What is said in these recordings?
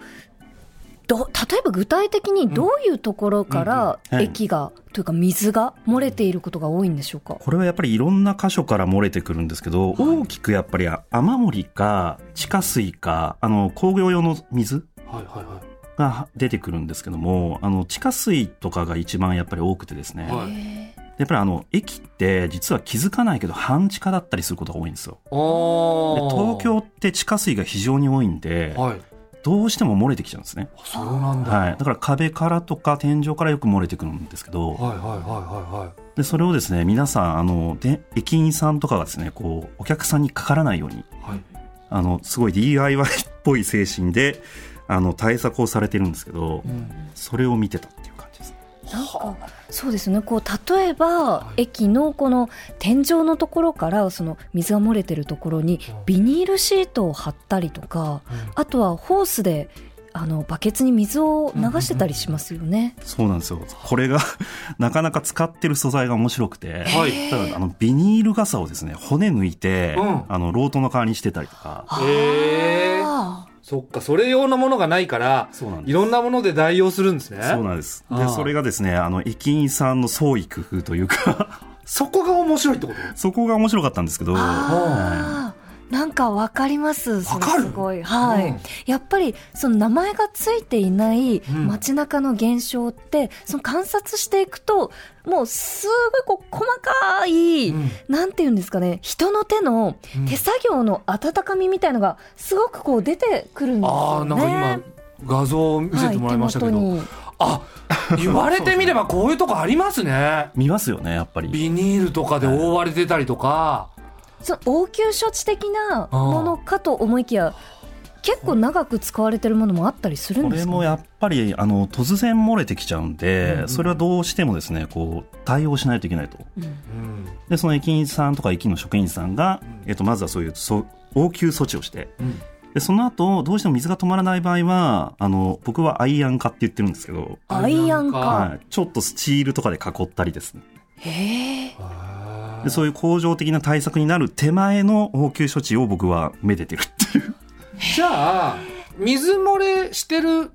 ど例えば具体的にどういうところからうんうん液が、というか水が漏れていることが多いんでしょうかこれはやっぱりいろんな箇所から漏れてくるんですけど、大きくやっぱり雨漏りか地下水か、あの工業用の水はいはいはい。が出てくるんですけども、あの地下水とかが一番やっぱり多くてですね、はいやっぱりあの駅って実は気づかないけど半地下だったりすることが多いんですよ。あであ。東京って地下水が非常に多いんで、はい。どうしても漏れてきちゃうんですね。あそうなんだ。はい。だから壁からとか天井からよく漏れてくるんですけど、はいはいはいはいはい。で、それをですね、皆さん、あの、で、駅員さんとかがですね、こう、お客さんにかからないように、はいあの、すごい DIY っぽい精神で、あの、対策をされてるんですけど、それを見てたっていう感じですね。なんかそうですねこう例えば駅のこの天井のところからその水が漏れてるところにビニールシートを貼ったりとかあとはホースであのバケツに水を流してたりしますよね。そうなんですよ。これが、 なかなか使ってる素材が面白くて、はいただあの、ビニール傘をですね、骨抜いて、うんあの、ロートの代わりにしてたりとか、ええー。ああそっか、それ用のものがないから、そうなんですいろんなもので代用するんですね。そうなんです。あで、あそれがですね、あの、駅員さんの創意工夫というか、 そこが面白いってことそこが面白かったんですけど、ああなんかわかります。それわかるすごい。はい。うんやっぱり、その名前がついていないん街中の現象って、その観察していくと、もうすごいこう細かい、うんなんていうんですかね、人の手の手作業の温かみみたいのが、すごくこう出てくるんですあよあ、ね。なんか今、画像を見せてもらいましたけど、はい手元にあ、言われてみればこういうとこありますね。見ますよね、やっぱり。ビニールとかで覆われてたりとか、その応急処置的なものかと思いきや、結構長く使われてるものもあったりするんこでれすか、もやっぱりあの突然漏れてきちゃうんで、うんうんそれはどうしてもですねこう対応しないといけないとうんでその駅員さんとか駅の職員さんが、えっとまずはそういうそう応急措置をしてうんでその後どうしても水が止まらない場合はあの僕はアイアン化って言ってるんですけど、アイアンあか。はい、ちょっとスチールとかで囲ったりですねへえ。でそういう恒常的な対策になる手前の応急処置を僕はめでてるっていうじゃあ水漏れしてる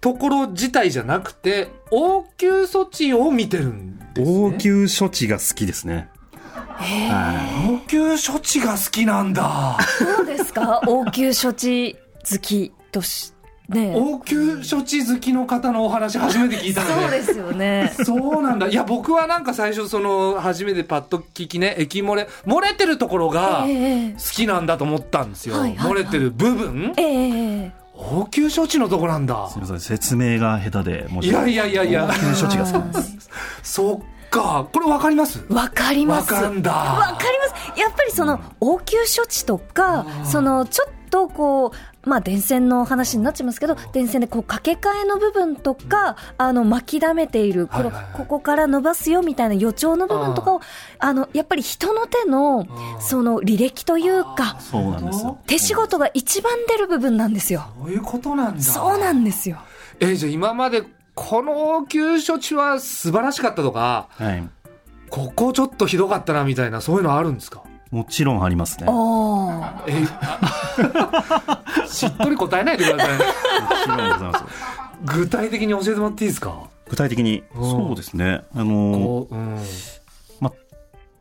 ところ自体じゃなくて応急措置を見てるんです、ね、応急処置が好きですねはい応急処置が好きなんだどうですか応急処置好きとし、ねえ。 応急処置好きの方のお話初めて聞いたのでそうですよね。そうなんだいや僕はなんか最初その初めてパッと聞きね液漏れ漏れてるところがえ好えきなんだと思ったんですよ、はいはいはい漏れてる部分ええ応急処置のとこなんだすみません説明が下手で申いし訳やないやいやいや応急処置が好きなんですそっかこれわかりますわかりわます。かんだわかります。やっぱりその応急処置とか、そのちょっとこう、まあ電線の話になっちゃいますけど、電線でこう掛け替えの部分とか、あの巻きだめている、こはいのはいはいここから伸ばすよみたいな予兆の部分とかを、あの、やっぱり人の手の、その履歴というか、そうなんですよ手仕事が一番出る部分なんですよ。そういうことなんだそうなんですよ。えーじゃあ今までこの応急処置は素晴らしかったとかはいここちょっとひどかったなみたいなそういうのあるんですかもちろんありますねもおーえーあしっとり答えないでくださいちろんございます具体的に教えてもらっていいですか具体的にうんそうですねあのこう、うん、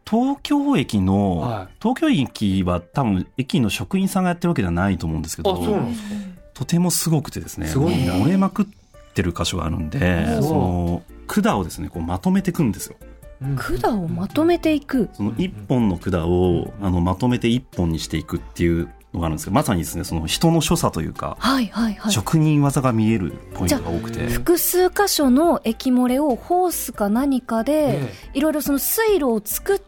東京駅の、はい東京駅は多分駅の職員さんがやってるわけではないと思うんですけあそうなどんですかとてもすごくてですねすごいなもう漏れまくってる箇所があるんでおうその管をですねこうまとめてくんですようん管をまとめていく。その一本の管をあのまとめて一本にしていくっていうのがあるんですけどまさにですねその人の所作というかはいはいはい。職人技が見えるポイントが多くて複数箇所の液漏れをホースか何かでえいろいろその水路を作って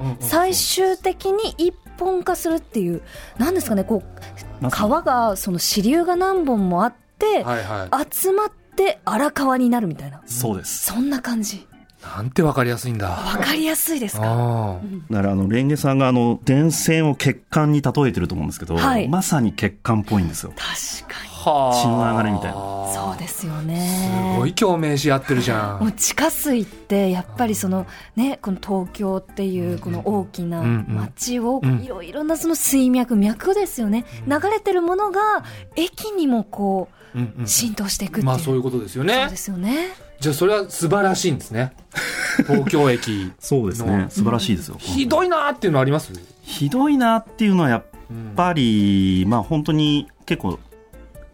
うんうんうん最終的に一本化するっていう何ですかねこうまさに川がその支流が何本もあってはいはい集まって荒川になるみたいなそうですそんな感じなんてわかりやすいんだわかりやすいですかあだからあのレンゲさんがあの電線を血管に例えてると思うんですけど、はいまさに血管っぽいんですよ確かにはあ血の流れみたいなそうですよすねごい共鳴し合ってるじゃもうん地下水ってやっぱりそのねこの東京っていうこの大きなうんうん街をうんいろいろなその水脈脈ですよね流れてるものが駅にもこうんうんう浸透していくっていうまあそういうことですよそうねですよねじゃあそれは素晴らしいんですね東京駅 そうですうねん素晴らしいですよひどいなーっていうのありますひどいなっていうのはやっぱり、まあ本当に結構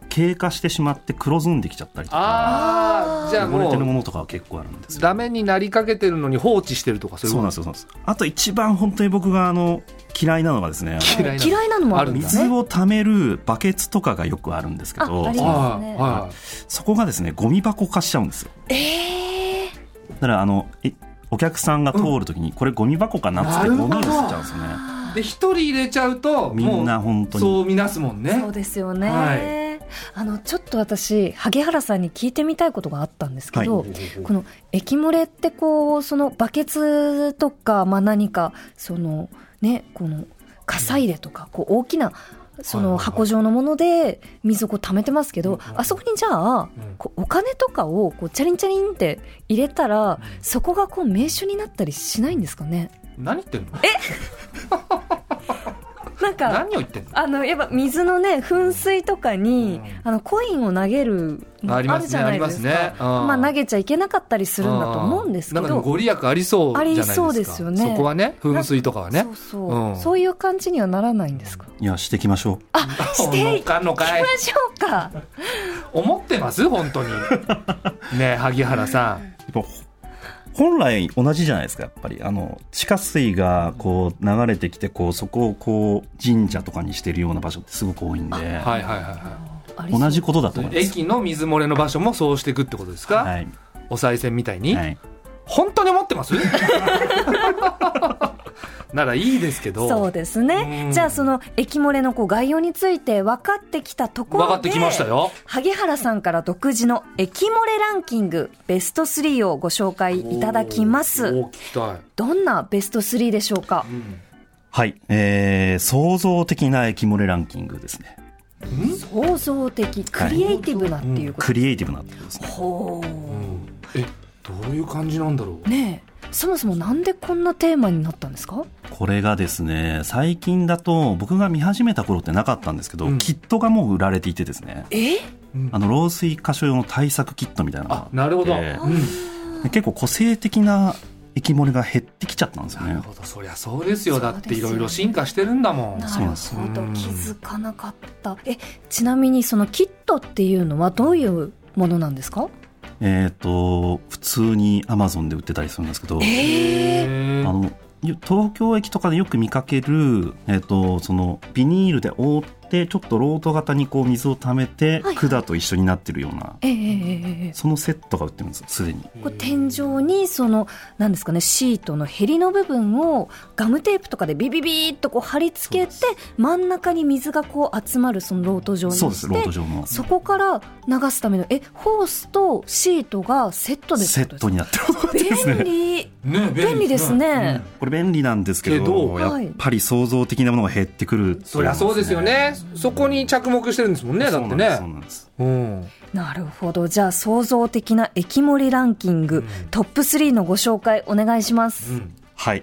経過してしまって黒ずんできちゃったりとかあああーじゃあ汚れてるもうものとかは結構あるんですよダメになりかけてるのに放置してるとかそういそううなんこですよそうなんですあと一番本当に僕があの嫌いなのがですねと嫌いな嫌いなのもああるるんんだだ水を溜めるバケツとかがよくあるんですけあどありまはいはそこがですねゴミ箱化しちゃうんですよええだからあのえお客さんが通るときに、これゴミ箱かなっつっなてるほゴミどを捨てちゃうんですよねいで一人入れちゃうとみんなも本う当にそう見なすもんねそうですよね、はあのちょっと私萩原さんに聞いてみたいことがあったんですけど、はこの液漏れってこうそのバケツとか、まあ、何かそのねこの火砕入れとかこう大きなそはいはいのはい箱状のもので水をこう溜めてますけうんうどんうんあそこにじゃあうんこうお金とかをこうチャリンチャリンって入れたらそこがこう名所になったりしないんですかね何言ってんのなんか何を言ってんのあのやっぱ水のね噴水とかに、うあのコインを投げるのあありまるすじねあゃなりいでますすかねうんまあ、投げちゃいけなかったりするんだと思うんですけなんかでもどご利益ありそうじゃないですかありそうですよねそこはね噴水とかはねそうそう、うんそういう感じにはならないんですかいやしていきましょあ して思いっきまかんのかいしょうか思ってます本 当にねえ萩原さんうやっぱ本来同じじゃないですかやっぱりあの地下水がこう流れてきてこうそこをこう神社とかにしてるような場所ってすごく多いんで、はいはいはいはありそう同じことだと思いいます駅の水漏れの場所もそうしていくってことですか、はい、お賽銭みたいに、はい、本当に思ってます ならいいですけどそうですうねんじゃあその液漏れのこう概要について分かってきたところ分でかってきましたよ萩原さんから独自の液漏れランキングベスト3をご紹介いただきますおー聞きたい、どんなベスト3でしょうかうんはいえー、創造的な液漏れランキングですね創造的クリエイティブなっていうこと、クリエイティブなってことですねほううんえどういう感じなんだろうねえそもそもなんでこんなテーマになったんですかこれがですね最近だと僕が見始めた頃ってなかったんですけど、うんキットがもう売られていてですねえあの漏水箇所用の対策キットみたいなのがあなるほど、えーうんで結構個性的な液漏れが減ってきちゃったんですよなるねほどそりゃそうですよだってそうでいすよろいろ進化してるんだもんなそうるなんほですどうん気づかなかったえちなみにそのキットっていうのはどういうものなんですかえっ、と普通にアマゾンで売ってたりするんですけど、えあのよ東京駅とかでよく見かける、えー、とそのビニールで覆ってちょっとロート型にこう水を溜めてはいはい管と一緒になってるようなえええええそのセットが売ってるんですよすでにこう天井にそのなんですかねシートのへりの部分をガムテープとかでビビビーっとこう貼り付けて真ん中に水がこう集まるそのロート状にそうですしロートて状のそこから流すためのえホースとシートがセットでセットになってるです便ね利ね便利ですね、これ便利なんですけどけどやはいっぱり創造的なものが減ってくるっていのはそりゃそうですよねそこに着目してるんですもんねだそうっなてんですそうねなんですうんなるほどじゃあ創造的な液盛りランキング、トップ3のご紹介お願いします、うんはい。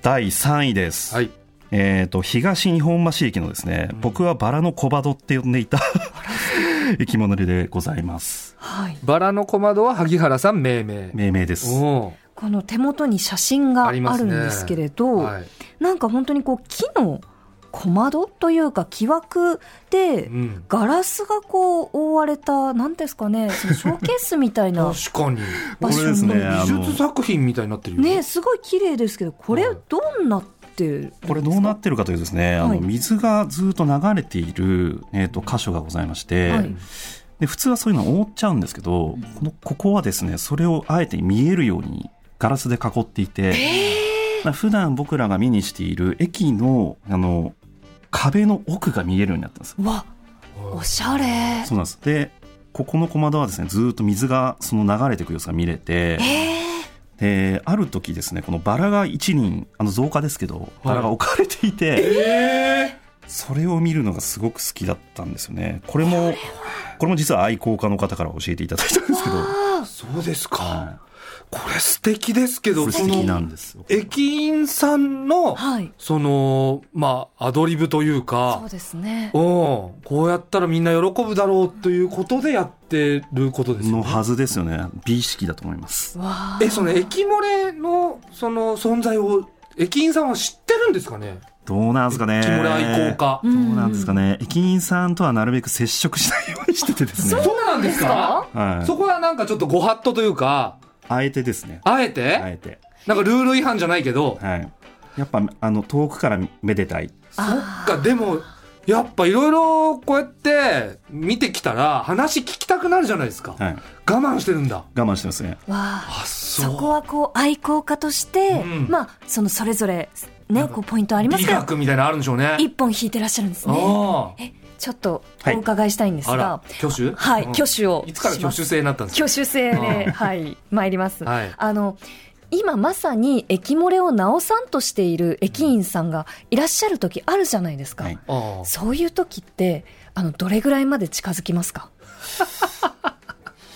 第3位です。はいえっ、と、東日本橋駅のですね、僕はバラの小窓って呼んでいた駅物類でございます。はい、バラの小窓は萩原さん命名命名です。おーこの手元に写真があるんですけれど、はいなんか本当にこう木の小窓というか木枠でうんガラスがこう覆われた何ですかねそのショーケースみたいな確かにこ場所れですのね、あ美の術、作品みたいになってるよねすごい綺麗ですけどこれどんなっていうこれどうなってるかというとですね、あはのい水がずっと流れている、えー、と箇所がございまして、はいで普通はそういうのを覆っちゃうんですけどこのここはですねそれをあえて見えるようにガラスで囲っていて、まあ普段僕らが見にしている駅のあの壁の奥が見えるようになったんです。わおしゃれそうなんですでここの小窓はですねずーっと水がその流れていく様子が見れて、である時ですねこのバラが一輪あの造花ですけどバラが置かれていて、それを見るのがすごく好きだったんですよねこれもこれも実は愛好家の方から教えていただいたんですけどそうですはか。これ素敵ですけど、これそ素敵なの、んですよ駅員さんの、はいその、まあ、アドリブというかそ、うですねうん、こうやったらみんな喜ぶだろうということでやってることですよのね。はずですよね美意識だと思いますわえ、その駅漏れの、その存在を、駅員さんは知ってるんですかねどうなんですかね駅漏れ愛好家。どうなんですかね駅員さんとはなるべく接触しないようにしててですねそうなんですかはいそこはなんかちょっとご法度というか、あえてですねあえて、あえてなんかルール違反じゃないけど、はい。やっぱあの遠くからめでたい。そっか、でも、やっぱいろいろこうやって見てきたら話聞きたくなるじゃないですか。はい。我慢してるんだ。我慢してますね。わあ、そこははこう愛好家として、うんまあそのそれぞれねこうポイントあります美けど学みたいなのあるんでしょうね。一本引いてらっしゃるんですねあえちょっとはいお伺いしたいんですあ。あらが、挙手はい、うん挙手をいつからしま挙す手制になったんですか挙手制うで、んはい、参ります。はいあの、今まさに液漏れを直さんとしている駅員さんがいらっしゃる時あるじゃないですか。はいああそういう時って、あの、どれぐらいまで近づきますか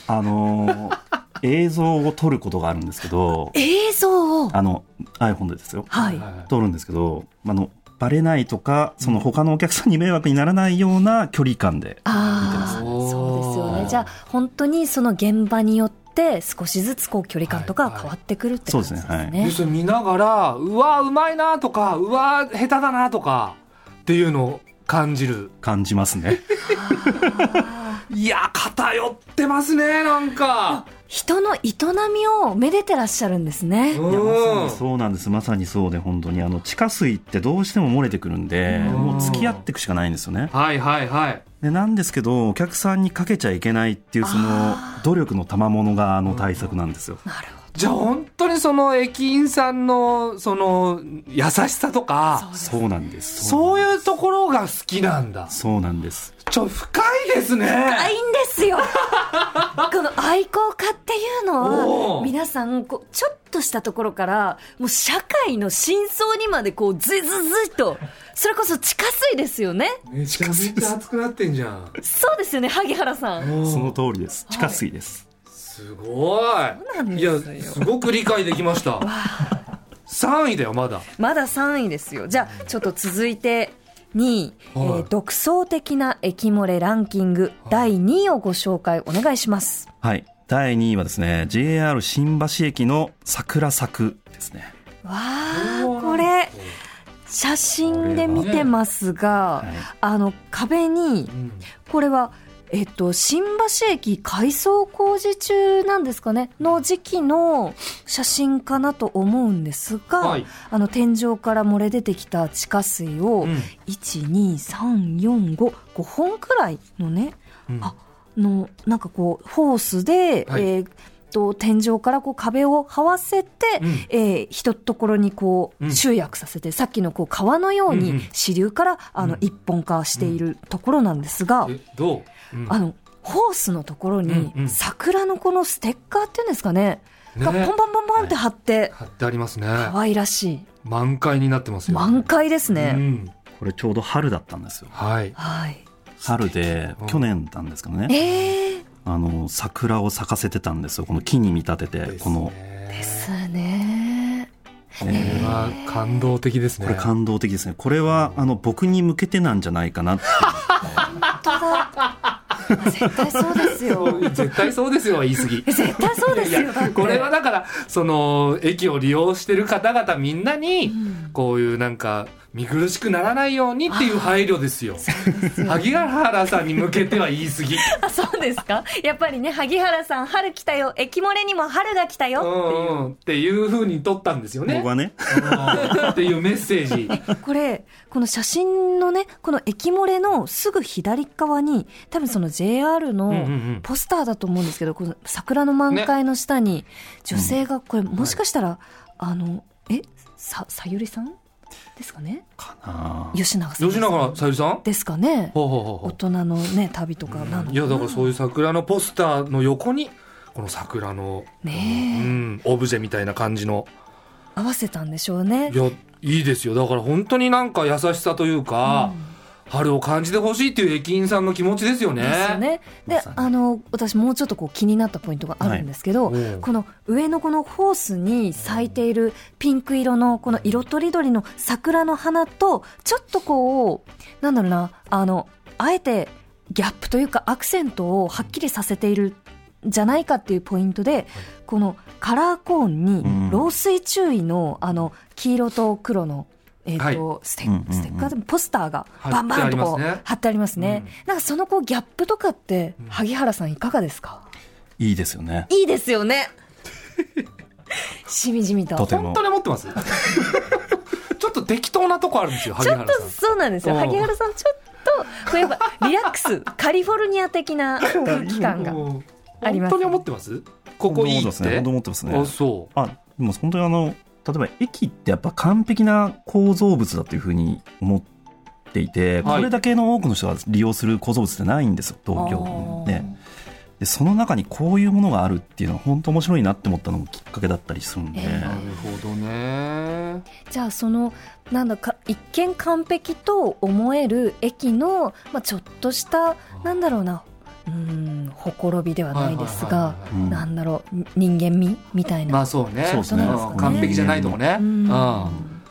あの ー映像を撮ることがあるんですけど、映像を、あの iPhone でですよ。はい。撮るんですけど、あのバレないとかその他のお客さんに迷惑にならないような距離感で。ああ、おーそうですよね。じゃあ、本当にその現場によって少しずつこう距離感とか変わってくるって感はいじですね。そうですねでそれ見ながら、うわ、うまいなとか、うわ、下手だなとか、っていうのを感じる。感じます ね。いや、偏ってますね、なんか。人の営みをめでてらっしゃるんですね。いやまさうんにそうなんです。まさにそうで本当にあの地下水ってどうしても漏れてくるんで、もう付き合っていくしかないんですよね。はいはいはい。でなんですけどお客さんにかけちゃいけないっていうその努力の賜物があの対策なんですよ。なるほど。じゃあ本当にその駅員さんのその優しさとか、そうなんです。そういうところが好きなんだ。そうなんです。ちょ、深いですね。深いんですよこの愛好家っていうのおはー皆さんこうちょっとしたところからもう社会の真相にまでこうズズズっとそれこそ地下水ですよねめちゃめちゃ熱くなってんじゃん。そうですよね萩原さんその通りです。地下水です。すごい。なんいでや、すよすごく理解できました。3位だよ、まだ。まだ3位ですよじゃあちょっと続いて2位、えはいー独創的な液漏れランキング第2位をご紹介お願いしますはい。第2位はですね、JR 新橋駅の桜作ですね。わあこれ写真で見てますが、はいあの壁にうんこれは、えっと、新橋駅改装工事中なんですかねの時期の写真かなと思うんですが、はいあの天井から漏れ出てきた地下水を、うん12345本くらいのねうんあのなんかこうホースで、はいえーっと天井からこう壁を這わせて、うんえー一ところにこううん集約させて、さっきのこう川のよううんうにん支流から、あのうん一本化しているところなんですが、え、どううんあのホースのところにうんうん桜のこのステッカーっていうんですかね、ねがポンポンポンポンって貼って貼ってありますね。可愛らしい満開になってますよ。満開ですね。うん。これちょうど春だったんですよ。はい。はい、春でうん、去年なんですけどえね、ー、あの、桜を咲かせてたんですよ。この木に見立てて、この、でですね。これは感動的ですね。これ感動的ですね。これは、あの、僕に向けてなんじゃないかなって。絶対そうですよ。絶対 そうですよ、言い過ぎ。絶対そう ですよ。だってこれはだから、その、駅を利用してる方々みんなに、こういうなんか、見苦しくならないようにっていう配慮ですよ。萩原さんに向けては言い過ぎ。あそうですかやっぱりね萩原さん春来たよ駅漏れにも春が来たうよんうんっていうふうに撮ったんですよね僕。はねうんっていうメッセージ。 これこの写真のねこの駅漏れのすぐ左側に多分その JR うんうんうのんポスターだと思うんですけど、この桜の満開の下に女性がこれ、もしかしたら、あのえささゆりさんですかねあー吉永さんです吉永さゆりさんですかねほうほうほうほ大う人のね旅とかなのかないやだからそういう桜のポスターの横にこの桜の、うねえん、オブジェみたいな感じの合わせたんでしょうねいやいいですよだから本当になんか優しさというか、春を感じてほしいっていう駅員さんの気持ちですよね。ですよね。で、あの私もうちょっとこう気になったポイントがあるんですけど、はいおうこの上のこのホースに咲いているピンク色のこの色とりどりの桜の花とちょっとこうなんだろうなあのあえてギャップというかアクセントをはっきりさせている。じゃないかっていうポイントで、このカラーコーンうんに漏水注意の、あの黄色と黒の、えーとステうんうんうんステッカーでもポスターが貼ってバンバンとありますこうね貼ってありますね、なんかそのこうギャップとかって萩原さんいかがですか、いいですよねいいですよねしみじみととても本当に思ってますちょっと適当なとこあるんですよち萩ょっ原とさん。そうなんですようん萩原さんちょっとこうやっ ぱリラックスカリフォルニア的な空気感がうんあり本ます当に思ってますここいいって。本当思ってますね本当あ思ってますねそあでも本当にあの例えば駅ってやっぱ完璧な構造物だというふうに思っていて、はいこれだけの多くの人が利用する構造物ってないんですよ東京あーででその中にこういうものがあるっていうのは本当面白いなって思ったのもきっかけだったりするんで、えう。なえるほどね。じゃあそのなんだか一見完璧と思える駅の、まあ、ちょっとしたなんだろうなうーんほころびではないですはがいはいはいはいうんなんだろうに人間味みたいな、まあそうね。そうですねん完璧じゃないとこね。ううんん。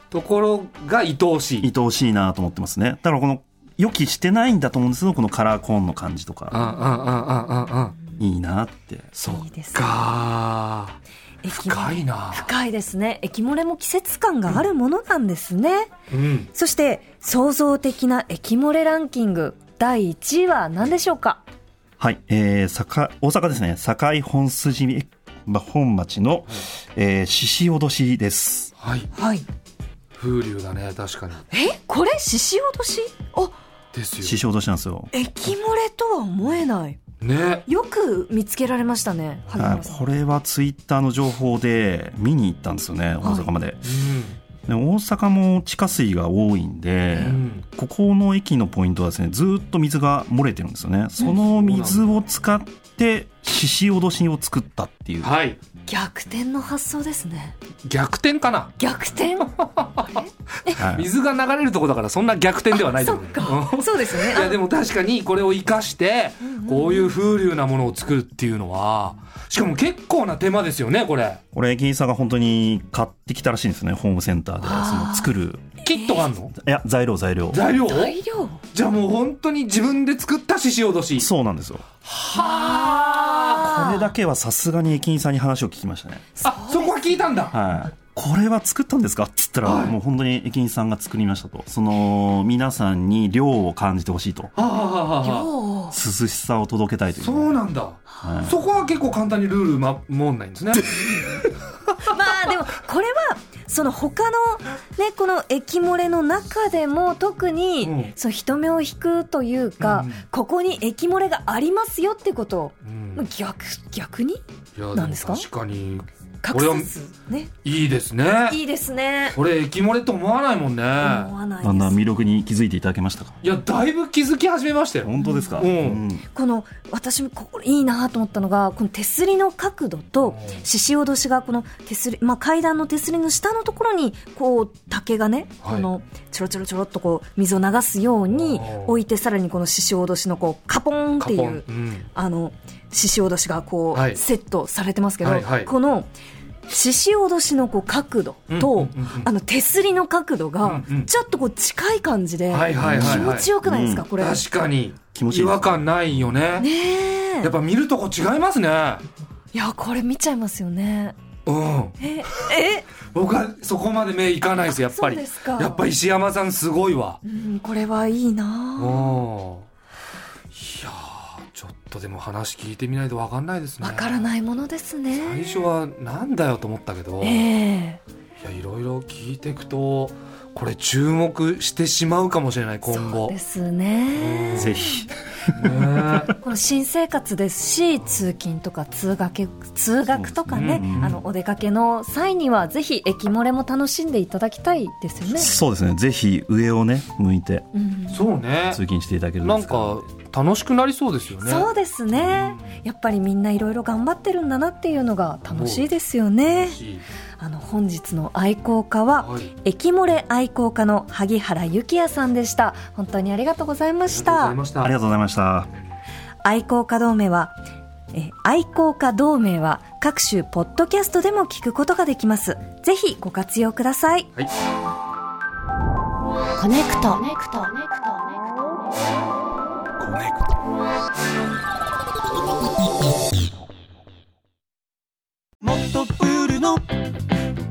ところが愛おしい。愛おしいなと思ってますねだからこの予期してないんだと思うんですけどこのカラーコーンの感じとうんうんかうんうんうんうん。いいなってそいいですっねか駅も深いな。深いですね駅漏れも季節感があるものなんですね、うん。そして創造的な駅漏れランキング第1位は何でしょうかはい、えー、坂大阪ですね堺本筋ま本町の、えー、獅子おどしですはい。はい風流だね確かに。えこれ獅子落としあです獅よ。子おどしなんですよ駅漏れとは思えないね。よく見つけられましたね萩あ原さんこれはツイッターの情報で見に行ったんですよね大阪まで,、で大阪も地下水が多いんで、うん。うん。ここの駅のポイントはですねずっと水が漏れてるんですよねその水を使って獅子おどしを作ったっていう、はい。逆転の発想ですね逆転かな。逆転はい水が流れるとこだからそんな逆転ではないとそっ思う。かうんそうですよねいやでも確かにこれを生かしてこういう風流なものを作るっていうのはしかも結構な手間ですよねこれこれ駅員さんが本当に買ってきたらしいんですよねホームセンターでその作るキットがあるのいや材料材料材料大量じゃあもう本当に自分で作った獅子おどしそうなんですよはあこれだけはさすがに駅員さんに話を聞きましたねあそこは聞いたんだはい、これは作ったんですかっつったら、もう本当に駅員さんが作りましたとその皆さんに涼を感じてほしいとはあはあはあはあおー涼しさを届けたいというそうなんだはいそこは結構簡単にルールまもんないんですね まあでもこれはその他のねこの液漏れの中でも特に、うんそう人目を引くというか、うんここに液漏れがありますよってことを、うんまあ逆逆に いやもなんですか確かにこれは隠すねいいですねいいですねこれ液漏れと思わないもんね思わないだんだんで魅力に気づいていただけましたかいやだいぶ気づき始めましたよ本当ですか、うんすこの私もここいいなと思ったのがこの手すりの角度とうん獅子おどしがこの手すり、まあ、階段の手すりの下のところにこう竹がね、はいこのちょろちょろちょろっとこう水を流すようにおー置いてさらにこの獅子おどしのこうカポーンっカていポうンうんあの獅子おどしがこう、はいセットされてますけど、はいはいこの獅子おどしのこう角度と、うんうんうんうんあの手すりの角度がうんうんちょっとこう近い感じではいはいはい気はい持ちよくないですか、うんこれ。確かに気持ちいいです違和感ないよねねえやっぱ見るとこ違いますねいやこれ見ちゃいますよねうんええ僕はそこまで目いかないですやっぱりそうですかやっぱ石山さんすごいわうんこれはいいうんいなやーちょっとでも話聞いてみないと分かんないですねわからないものですね最初はなんだよと思ったけど、いええやいろいろ聞いていくとこれ注目してしまうかもしれない今そう後ですねぜひねこの新生活ですし通勤とか通学通学とかねそうですねあのお出かけの際にはぜひ駅漏れも楽しんでいただきたいですよね、そうですねぜひ上をね向いてうん、そうね通勤していただけるとなんか楽しくなりそうですよねそうですねやっぱりみんないろいろ頑張ってるんだなっていうのが楽しいですよねしあの本日の愛好家は、はい駅漏れ愛好家の萩原幸也さんでした本当にありがとうございましあたりがとうございましたありがとうございました愛好家同盟は、えー愛好家同盟は各種ポッドキャストでも聞くことができます。ぜひご活用ください。コネクト。もっとプールの